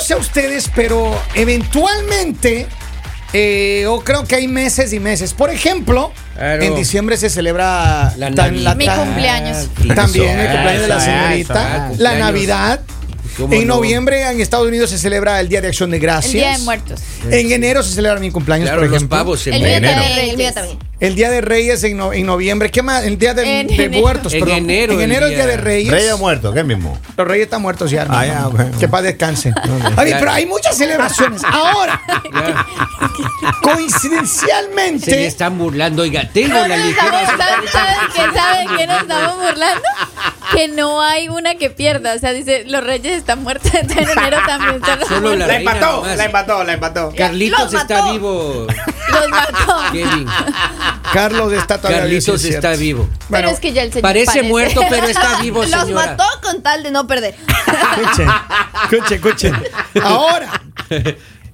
sé a ustedes, pero eventualmente, eh, yo creo que hay meses y meses. Por ejemplo, Claro. en diciembre se celebra La tan- Navidad. la Mi tan- cumpleaños. También el Ah, Eso, cumpleaños de la eso, señorita. eso, La cumpleaños. Navidad. ¿Cómo En no? noviembre en Estados Unidos se celebra el Día de Acción de Gracias. El Día de Muertos. En enero se celebra mi cumpleaños, Claro, por los ejemplo. pavos en El mío enero. también. El mío también. El Día de Reyes en, no- en noviembre. ¿Qué más? El Día de, En de enero. Muertos, En perdón. enero en el enero el Día de día- Reyes. Rey ha muerto, ¿qué mismo? Los Reyes están muertos ya. Ah, hermano. ya, ok. Que paz descansen. A ver, pero hay muchas celebraciones. Ahora, Ya. coincidencialmente. Se me están burlando. Oiga, tengo la Nos ligera. estamos- ¿Saben saben qué? ¿Saben qué nos estamos burlando? Que no hay una que pierda. O sea, dice, los reyes están muertos. Entonces, en enero también son los Solo la muertos. La reina empató, nomás. la empató, la empató. Carlitos Los está mató. vivo. Los mató. Kevin. Carlos está todavía vivo, Carlitos sí es está cierto. vivo. Bueno, pero es que ya el señor Parece muerto, pero está vivo, Los señora. mató con tal de no perder. Escuchen, escuchen, escuchen. Ahora,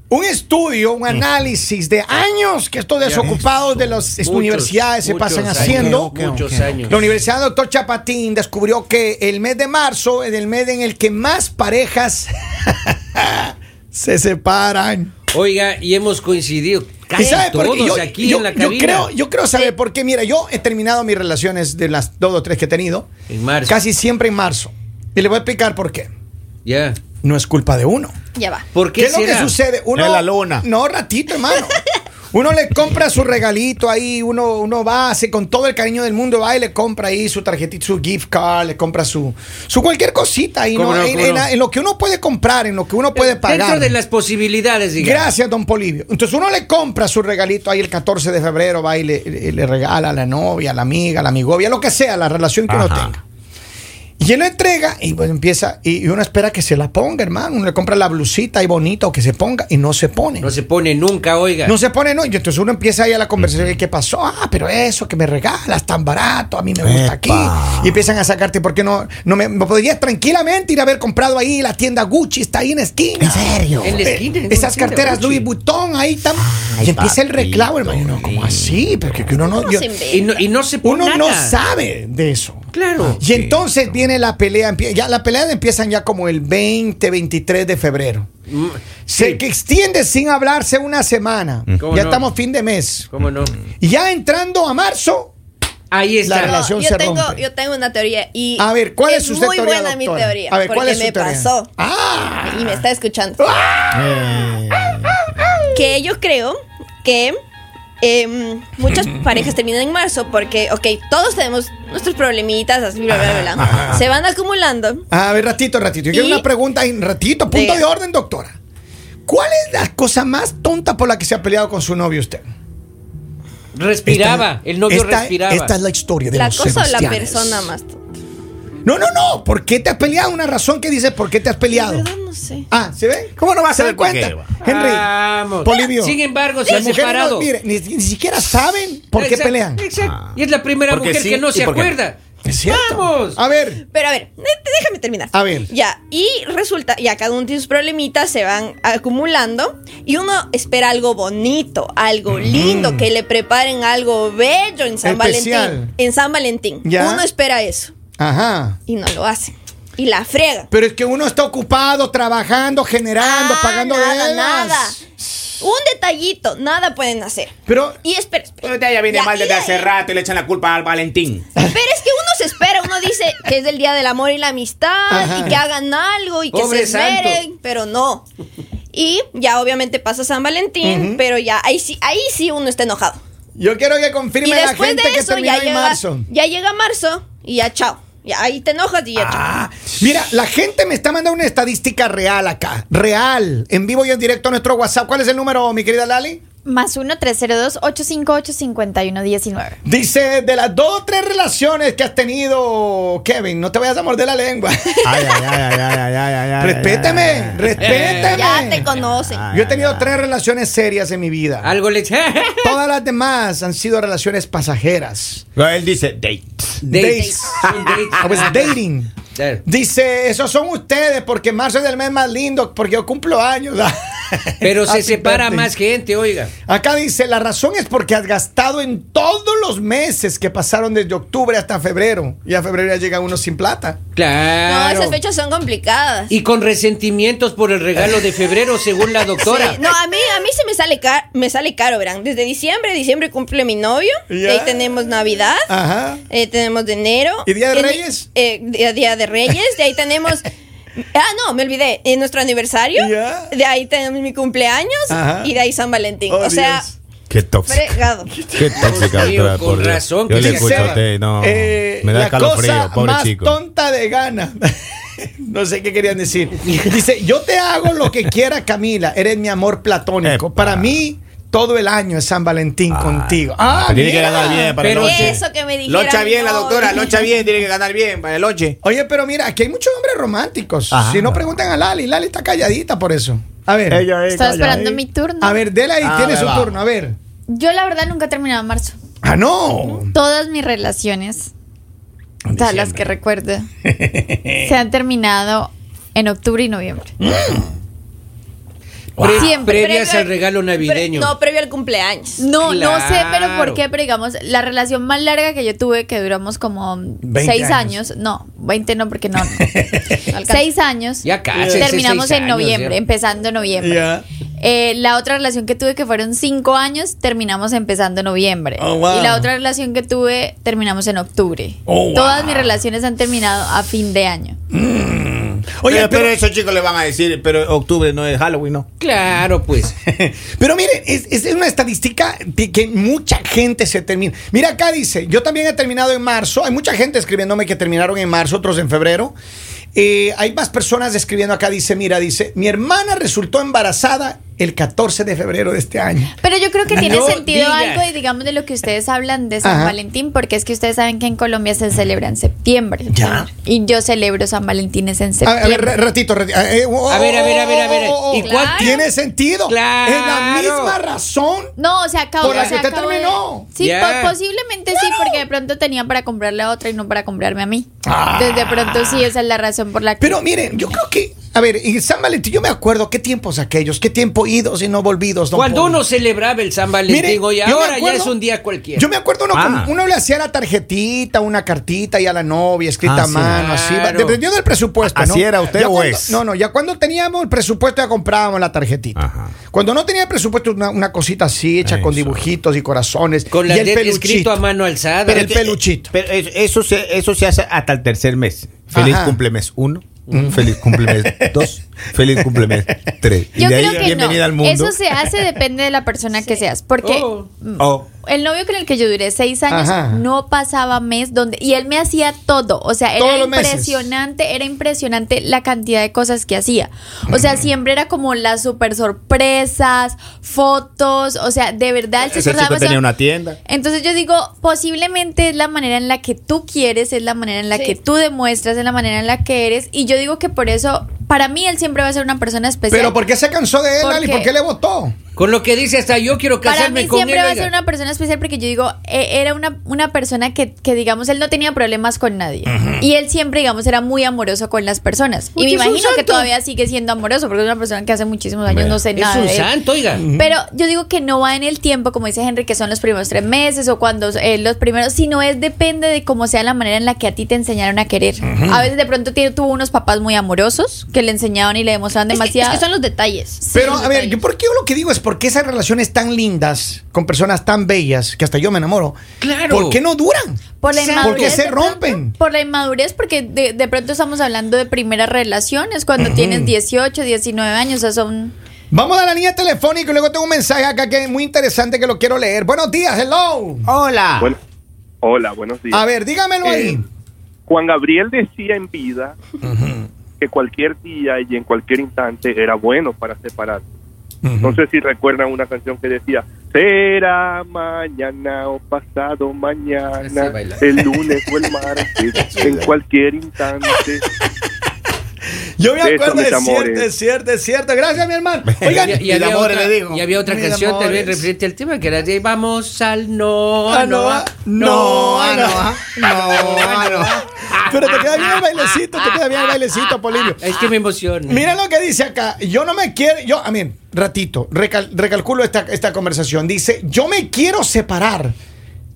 un estudio, un análisis de años que estos desocupados de las Muchos, universidades se muchos pasan años, haciendo. Muchos años. La Universidad Doctor Chapatín descubrió que el mes de marzo es el mes en el que más parejas se separan. Oiga, y hemos coincidido ¿Y casi sabe por todos qué? Yo, aquí yo- en la yo cabina. creo, yo creo saber por qué. Mira, yo he terminado mis relaciones de las dos o tres que he tenido. En marzo. Casi siempre en marzo. Y le voy a explicar por qué. Ya. No es culpa de uno. Ya va. ¿Por qué, ¿Qué, es lo que será? sucede? Uno, Es la luna. No, ratito, hermano. Uno le compra su regalito ahí, uno, uno va, hace con todo el cariño del mundo, va y le compra ahí su tarjetita, su gift card, le compra su, su cualquier cosita ahí, ¿Cómo ¿no? no, en, cómo en- no? en lo que uno puede comprar, en lo que uno puede pagar. Dentro de las posibilidades, digamos. Gracias, don Polivio. Entonces uno le compra su regalito ahí el 14 de febrero, va y le, le- le regala a la novia, a la amiga, a la amigovia, lo que sea, la relación que uno Ajá. tenga. Y él lo entrega y pues empieza, y, y uno espera que se la ponga, hermano. Uno le compra la blusita y bonita o que se ponga y no se pone. No se pone nunca, oiga. No se pone, no. Y entonces uno empieza ahí a la conversación. ¿Qué pasó? Ah, pero eso que me regalas tan barato, a mí me gusta Epa. aquí. Y empiezan a sacarte, porque no, no me, me podrías tranquilamente ir a haber comprado ahí la tienda Gucci, está ahí en la esquina. ¿En serio? En la esquina, en Eh, esas una tienda carteras Gucci. Louis Vuitton ahí están. Y Ay, empieza el papito reclamo, hermano. No, ¿Cómo así? Porque que uno no. yo- se inventa? Y no, y no se pone uno no nada. sabe de eso. Claro. Y entonces viene la pelea. empie- Ya, la pelea empiezan ya como el 20, 23 de febrero. Mm, Se sí, que extiende sin hablarse una semana. ¿Cómo Ya no? estamos fin de mes. ¿Cómo no? Y ya entrando a marzo, Ahí está. La relación yo se tengo, rompe. Yo tengo una teoría y a ver, ¿cuál es, su muy teoría, buena mi doctora? teoría. A ver, porque ¿cuál es su me teoría? pasó Ah, y me está escuchando. Eh. Que yo creo que em, muchas parejas terminan en marzo porque, ok, todos tenemos nuestros problemitas, así, bla, bla, bla, bla. Se van acumulando. a ver, ratito, ratito. Yo quiero Y- una pregunta en ratito, punto Diga. de orden, doctora. ¿Cuál es la cosa más tonta por la que se ha peleado con su novio usted? Respiraba. Esta- el novio esta- respiraba. Esta es la historia de La los cosa o la Sebastianes. persona más. tonta. No, no, no. ¿Por qué te has peleado? Una razón que dice por qué te has De peleado. verdad no sé. Ah, ¿se ve? ¿Cómo no vas a ¿Se dan saber por qué? cuenta? Henry, Vamos. Polibio. Sin embargo, se las han mujeres separado. no- mire, ni, ni siquiera saben por qué Exacto, pelean. Exacto. Ah. Y es la primera Porque mujer sí que no y se porque no. acuerda. Es cierto. Vamos. A ver, Pero a ver, eh, déjame terminar. A ver. Ya, y resulta, ya cada uno tiene sus problemitas, se van acumulando y uno espera algo bonito, algo Mm. lindo, que le preparen algo bello en San Especial. Valentín. En San Valentín. Ya. Uno espera eso ajá. y no lo hace. Y la frega. Pero es que uno está ocupado, trabajando, generando, Ah, pagando nada, deudas. nada. Un detallito, nada pueden hacer. Pero Y espera, espera. Usted ya viene Ya, mal desde ya, hace ya. rato y le echan la culpa al Valentín. Pero es que uno se espera, uno dice que es el día del amor y la amistad Ajá. y que hagan algo y que Pobre se esmeren, santo. pero no. Y ya obviamente pasa San Valentín, pero ya ahí sí, ahí sí uno está enojado. yo quiero que confirme Y la después gente de que eso terminó ya en llega, marzo. ya llega marzo y ya chao. Ya ahí te enojas y ya chao. Ah, mira, la gente me está mandando una estadística real acá. Real. En vivo y en directo a nuestro WhatsApp. ¿Cuál es el número, mi querida Lali? Más 1-302-858-5119. Dice, de las dos o tres relaciones que has tenido, Kevin, no te vayas a morder la lengua. Ay, ay, ay, ay, ay, ay, ay, ay, ay, respétame, ay, ay, ay. respétame. Ya te conocen. Ah. Yo he tenido tres relaciones serias en mi vida. Algo le Dates. Todas las demás han sido relaciones pasajeras. Él dice date. Dates. Ah, pues, Son dates. I was dating. Ah, Claro. Dice, esos son ustedes porque marzo es el mes más lindo porque yo cumplo años. Pero se Happy separa birthday. más gente, oiga. Acá dice, la razón es porque has gastado en todos los meses que pasaron desde octubre hasta febrero. Y a febrero ya llega uno sin plata. No, Claro. esas fechas son complicadas. y con resentimientos por el regalo de febrero, según la doctora. Sí, No, a mí, a mí se me sale, car- me sale caro, verán. Desde diciembre, diciembre cumple mi novio. Ya. Y ahí tenemos Navidad. Ajá. eh, tenemos de enero. ¿Y Día de En- Reyes? eh, día, Día de Reyes. De ahí tenemos. Ah, no, me olvidé. eh, nuestro aniversario. Ya. De ahí tenemos mi cumpleaños. Ajá. Y de ahí San Valentín. Oh, o sea, Dios. Qué tóxica. fregado. Qué tóxica, Dios mío, doctora, con por Dios. razón Yo que le se escucho a acaba. usted, no. Eh, me da la cosa escalofrío, pobre más chico. tonta de gana. no sé qué querían decir. Dice, yo te hago lo que quiera, Camila. Eres mi amor platónico. Epa. Para mí, todo el año es San Valentín Ah, contigo. Ah, pero tiene que mira. ganar bien para Pero el once. Eso que me dijeron. Loncha bien la doctora, loncha bien, tiene que ganar bien para el lonche. Oye, pero mira, aquí hay muchos hombres románticos. Ajá. Si no preguntan a Lali, Lali está calladita por eso. A ver. Estaba ¿eh? esperando mi turno. A ver, Dela ahí A tiene ver, su vamos. turno, a ver. Yo la verdad nunca he terminado marzo. Ah, no. Todas mis relaciones, o sea, las que recuerdo, se han terminado en octubre y noviembre. Pre- Siempre. Previas al regalo navideño. no, previo al cumpleaños. No, no sé, pero Claro. ¿por qué? Pero digamos, la relación más larga que yo tuve, que duramos como 20 seis años. años. no, 20 no, porque no. no. seis años. Ya cáchese, Terminamos seis en años, noviembre, ya. empezando noviembre. Ya. Eh, la otra relación que tuve, que fueron cinco años, terminamos empezando noviembre. Oh, wow. Y la otra relación que tuve, terminamos en octubre. Oh, wow. Todas mis relaciones han terminado a fin de año. Oye, pero, Pero- pero esos chicos le van a decir, pero octubre no es Halloween, ¿no? Claro, pues. Pero mire, es, es una estadística de que mucha gente se termina. Mira, acá dice, yo también he terminado en marzo. Hay mucha gente escribiéndome que terminaron en marzo, otros en febrero. Eh, hay más personas escribiendo acá, dice, mira, dice, mi hermana resultó embarazada el 14 de febrero de este año. Pero yo creo que tiene No sentido digas. algo, de, digamos, de lo que ustedes hablan de San Ajá. Valentín, porque es que ustedes saben que en Colombia se celebra en septiembre. Ya. Y yo celebro San Valentín es en A ver, septiembre. a ver, re- ratito, ratito. Eh, eh, oh, A ver, a ver, a ver, a ver. oh, oh, oh, ¿Y oh. cuál- Tiene sentido. Claro. Es la misma razón. no, o sea, acabó. Por la o sea, que usted acabó de- terminó. Sí, Ya. po- posiblemente sí, porque de pronto tenía para comprarle a otra y no para comprarme a mí. Entonces, de pronto sí, esa es la razón por la que. Pero miren, yo creo que, a ver, en San Valentín, yo me acuerdo qué tiempos aquellos, qué tiempo idos y no volvidos. don Cuando Poli. uno celebraba el San Valentín, Mire, oye, yo me ahora acuerdo- ya es un día cualquiera. Yo me acuerdo uno, Ah. como- uno le hacía la tarjetita, una cartita y a la novia escrita Ah, a sí. mano, así, va- Claro. dependiendo del presupuesto. ¿Así ¿no? era usted Ya o cuando- es? No, no, ya cuando teníamos el presupuesto ya comprábamos la tarjetita. Ajá. Cuando no tenía presupuesto, una, una cosita así hecha con Eso. dibujitos y corazones. Con y la el letra peluchito. escrito a mano alzada. Pero el que- peluchito. Pero eso, eso se, eso se hace hasta el tercer mes. Feliz Ajá. cumplemes 1, feliz cumplemes 2, feliz cumplemes 3. yo creo que no. bienvenida al mundo. Eso se hace depende de la persona que seas. Porque Oh. Oh, El novio con el que yo duré seis años Ajá. no pasaba mes donde y él me hacía todo, o sea, Todos era los meses. impresionante, era impresionante la cantidad de cosas que hacía. O Mm. sea, siempre era como las super sorpresas, fotos, o sea, de verdad él se ese esforzaba, chico o sea, tenía una tienda. entonces yo digo, posiblemente es la manera en la que tú quieres, es la manera en la Sí. que tú demuestras, es la manera en la que eres y yo digo que por eso para mí él siempre va a ser una persona especial. Pero ¿por qué se cansó de él, Porque- Ali? ¿Por qué le votó? Con lo que dice hasta yo quiero Para casarme mí con siempre él, va a oiga. ser una persona especial porque yo digo, eh, era una, una persona que, que, digamos, él no tenía problemas con nadie. Y él siempre, digamos, era muy amoroso con las personas. y me es un imagino que santo. todavía sigue siendo amoroso porque es una persona que hace muchísimos años Vea. no sé Es nada. un de él. santo, oiga. Mm. Pero yo digo que no va en el tiempo, como dice Henry, que son los primeros tres meses o cuando eh, los primeros, sino es depende de cómo sea la manera en la que a ti te enseñaron a querer. A veces de pronto tiene- tuvo unos papás muy amorosos que le enseñaban y le demostraban Es que- demasiado. Es que, son los detalles. Pero, Los a ver, detalles. yo, ¿por qué yo lo que digo es por qué esas relaciones tan lindas, con personas tan bellas, que hasta yo me enamoro, Claro. ¿por qué no duran? Por la Exacto. inmadurez. Porque se de pronto, rompen. por la inmadurez, porque de, de pronto estamos hablando de primeras relaciones, cuando tienes 18, 19 años, o sea, son... Vamos a la línea telefónica y luego tengo un mensaje acá que es muy interesante que lo quiero leer. Buenos días, hello. Hola. Bueno, hola, buenos días. Ah. A ver, dígamelo Eh, ahí. Juan Gabriel decía en vida que cualquier día y en cualquier instante era bueno para separar. No sé si recuerdan una canción que decía, será mañana o pasado Así mañana, baila. el lunes o el martes, en cualquier instante. Yo me eso, acuerdo, mis es cierto, amores. es cierto, es cierto. Gracias, mi hermano. Oigan, Y, y Mis había amores, otra, le digo. y había otra Mis canción también amores. referente al tema, que era de vamos al no, Anoa, Anoa, Noa, Noa, Noa, Noa, Noa. Noa. ah, Pero te queda bien el bailecito, te queda bien el bailecito, Polivio. Es que me emociona. Mira lo que dice acá. Yo no me quiero. Yo, a mí, ratito, recal- recalculo esta, esta conversación. Dice: Yo me quiero separar.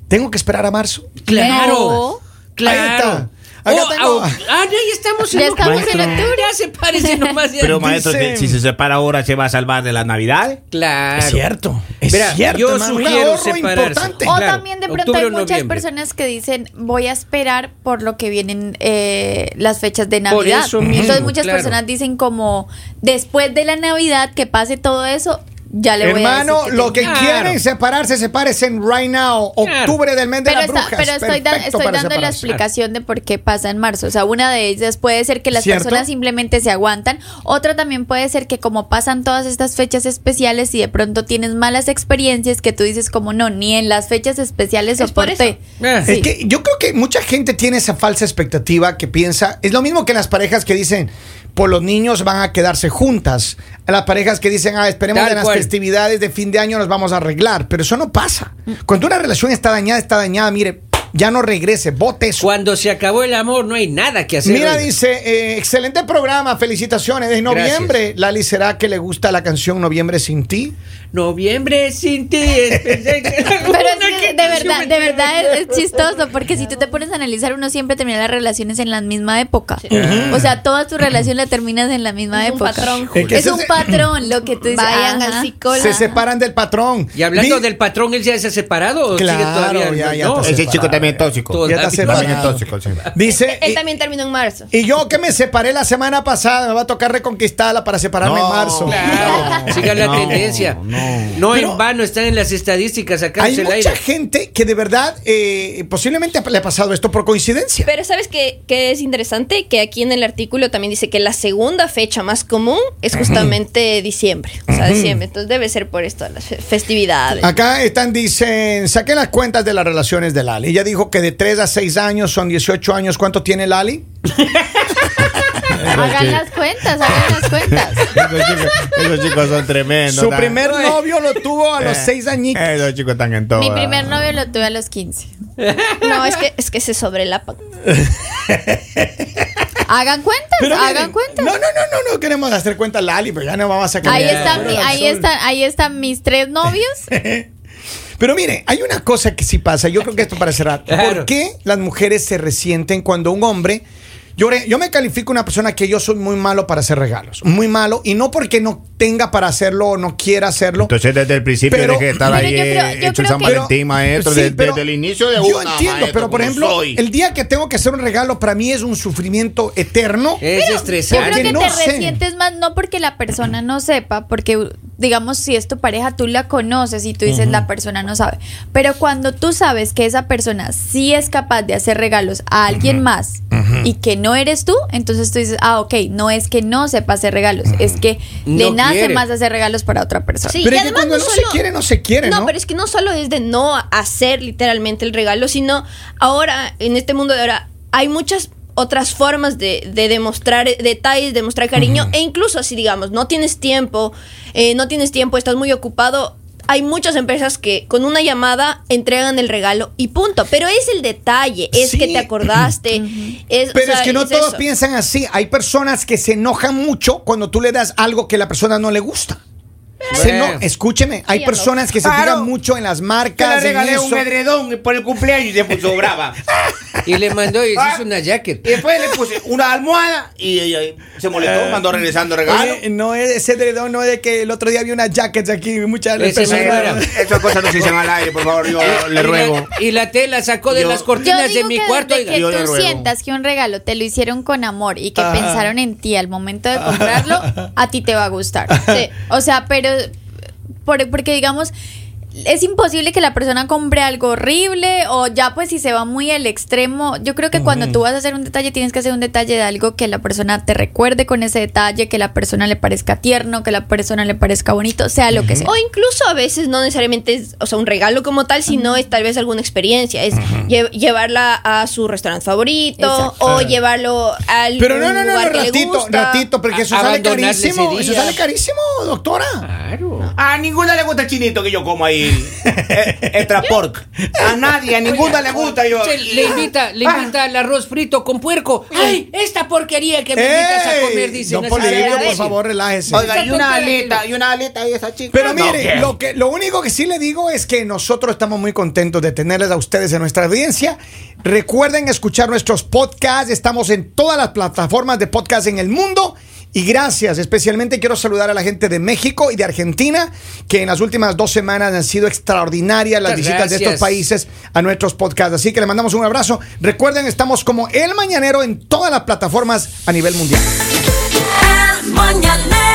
¿Tengo que esperar a marzo? Claro. Claro. Ahí está. Acá Oh, tengo- ah, ah, ya estamos en Ya octubre. estamos en octubre. Ya se parece nomás. ya. Pero maestro, Dicen- que si se separa ahora, ¿se va a salvar de la Navidad? claro. Es cierto. Es Mira, cierto. yo hermano, un sugiero ahorro separarse. importante. O Claro, también de pronto octubre hay o muchas noviembre. personas que dicen voy a esperar por lo que vienen eh, las fechas de Por Navidad. eso mismo, Entonces muchas claro. personas dicen como después de la Navidad que pase todo eso, ya le voy a Hermano, decir lo que tengo. quieren Claro. separarse, sepárese en right now, Claro. octubre del mes de pero, las está- brujas. pero estoy, dan- Perfecto estoy para dando la separarse. explicación de por qué pasa en marzo. O sea, una de ellas puede ser que las ¿Cierto? personas simplemente se aguantan. Otra también puede ser que como pasan todas estas fechas especiales y de pronto tienes malas experiencias que tú dices como no, ni en las fechas especiales Es por soporté. Ah. Sí. Es que yo creo que mucha gente tiene esa falsa expectativa que piensa, es lo mismo que las parejas que dicen, por los niños van a quedarse juntas, a las parejas que dicen, ah, esperemos Tal en las cual. festividades de fin de año nos vamos a arreglar, pero eso no pasa. Mm. Cuando una relación está dañada, está dañada, mire, ya no regrese, bote eso. Cuando se acabó el amor, no hay nada que hacer. Mira, oiga. dice, eh, excelente programa, felicitaciones. En noviembre, Lali será que le gusta la canción Noviembre sin ti. Noviembre sin ti. es perfecto. Pero es Una que de canción verdad, me de tiene verdad que- es, es chistoso porque si tú te pones a analizar, uno siempre termina las relaciones en la misma época. O sea, toda tu relación la terminas en la misma Es un época. patrón. Es que Es ese un es- patrón lo que tú dices. Vayan ajá. al psicólogo. Se separan del patrón. Y hablando Vi- del patrón, ¿él ya se ha separado? ¿O Claro, sigue todavía? ya, ya No. está Ese chico también es tóxico. Ya está Todavía. separado. Dice, Él y- también terminó en marzo. Y yo que me separé la semana pasada, me va a tocar reconquistarla para separarme en marzo. Claro, siga la tendencia. No, en vano están en las estadísticas acá Hay el mucha aire. gente que de verdad eh, posiblemente le ha pasado esto por coincidencia. Pero ¿sabes qué, qué es interesante? Que aquí en el artículo también dice que la segunda fecha más común es justamente diciembre. O sea, diciembre. Entonces debe ser por esto, las fe- festividades. Acá están, dicen, saqué las cuentas de las relaciones de Lali. Ella dijo que de 3 a 6 años son 18 años. ¿Cuánto tiene Lali? Hagan las cuentas, hagan las cuentas. Esos chicos, esos chicos son tremendos. Su tan- primer novio lo tuvo a los Eh, 6 añitos. Esos chicos están en todo. Mi primer novio lo tuve a los 15. No, es que, es que se sobrelapan. Hagan cuentas, Pero miren, hagan cuentas. No, no, no, no, no queremos hacer cuenta a Lali, pero ya no vamos a sacar. Ahí están, mi- ahí están, ahí están mis tres novios. Pero mire, hay una cosa que sí pasa, yo creo que esto para cerrar. ¿Por Claro. qué las mujeres se resienten cuando un hombre... Yo, re- yo me califico una persona que yo soy muy malo para hacer regalos, muy malo, y no porque no tenga para hacerlo o no quiera hacerlo. Entonces, desde el principio Pero- tienes que estar pero ahí yo creo- yo eh, hecho creo el San que- Valentín, maestro. Sí, desde, pero desde el inicio de Yo una, entiendo, maestro, pero por como ejemplo, soy. el día que tengo que hacer un regalo para mí es un sufrimiento eterno. Es Yo estresante. creo que no te sé. resientes más, no porque la persona no sepa, porque digamos, si es tu pareja, tú la conoces y tú dices la persona no sabe. Pero cuando tú sabes que esa persona sí es capaz de hacer regalos a alguien más y que no eres tú, entonces tú dices, ah, ok, no es que no sepa hacer regalos, es que le No nace quiere. más hacer regalos para otra persona. Sí, Pero y es que además cuando no se quiere, no se quiere, ¿no? pero es que no solo es de no hacer literalmente el regalo, sino ahora, en este mundo de ahora, hay muchas otras formas de, de demostrar detalles, demostrar cariño, e incluso si digamos, no tienes tiempo, eh, no tienes tiempo, estás muy ocupado. Hay muchas empresas que con una llamada entregan el regalo y punto. Pero es el detalle, es Sí. que te acordaste. es, o Pero sea, es que no todos eso. piensan así. Hay personas que se enojan mucho cuando tú le das algo que la persona no le gusta. Se Bueno. eno- escúcheme, hay Eh. Sí, personas que se Claro. fijan mucho en las Yo marcas. le en regalé eso. un edredón por el cumpleaños y se puso brava. Y le mandó y se Ah. hizo una Y jacket. después le puse una almohada y ella se molestó, mandó regresando regalo. Oye, no es ese edredón, no es de que el otro día vi unas jackets aquí, muchas Ese personas- no era. eh, Esas cosas no se dicen al aire, por favor, yo le Y la- ruego. Y la tela sacó de Yo- las Yo cortinas de digo mi que cuarto. desde oiga. que Yo le tú ruego. sientas que un regalo te lo hicieron con amor y que Ajá. pensaron en ti al momento de comprarlo, a ti te va a gustar. Sí. O sea, pero por- porque digamos es imposible que la persona compre algo horrible o ya pues si se va muy al extremo. Yo creo que cuando tú vas a hacer un detalle tienes que hacer un detalle de algo que la persona te recuerde con ese detalle, que la persona le parezca tierno, que la persona le parezca bonito, sea lo que sea. O incluso a veces no necesariamente es, o sea, un regalo como tal, sino es tal vez alguna experiencia. Es lle- llevarla a su restaurante favorito Exacto. o llevarlo al Pero no, no, no, no, lugar que le ratito, gusta. ratito, porque eso A- sale abandonarle ese carísimo. día. Eso sale carísimo, doctora. Claro. A ninguna le gusta el chinito que yo como ahí. y extra pork. A nadie, a ninguna le gusta. Yo. Se- le invita, Ah. le invita al arroz frito con puerco. ¡Ay, esta porquería que me invitas a comer! ¡Ey! Dicen Don así. Polivio, por Agradecen. favor, relájese. Oiga, y una aleta, y una aleta de esa chica. Pero No, mire, ¿qué? lo, que, lo único que sí le digo es que nosotros estamos muy contentos de tenerles a ustedes en nuestra audiencia. Recuerden escuchar nuestros podcasts. Estamos en todas las plataformas de podcast en el mundo. Y gracias, especialmente quiero saludar a la gente de México y de Argentina, que en las últimas dos semanas han sido extraordinarias las Muchas visitas de estos gracias. países a nuestros podcasts. Así que le mandamos un abrazo. Recuerden, estamos como El Mañanero en todas las plataformas a nivel mundial. El mañanero.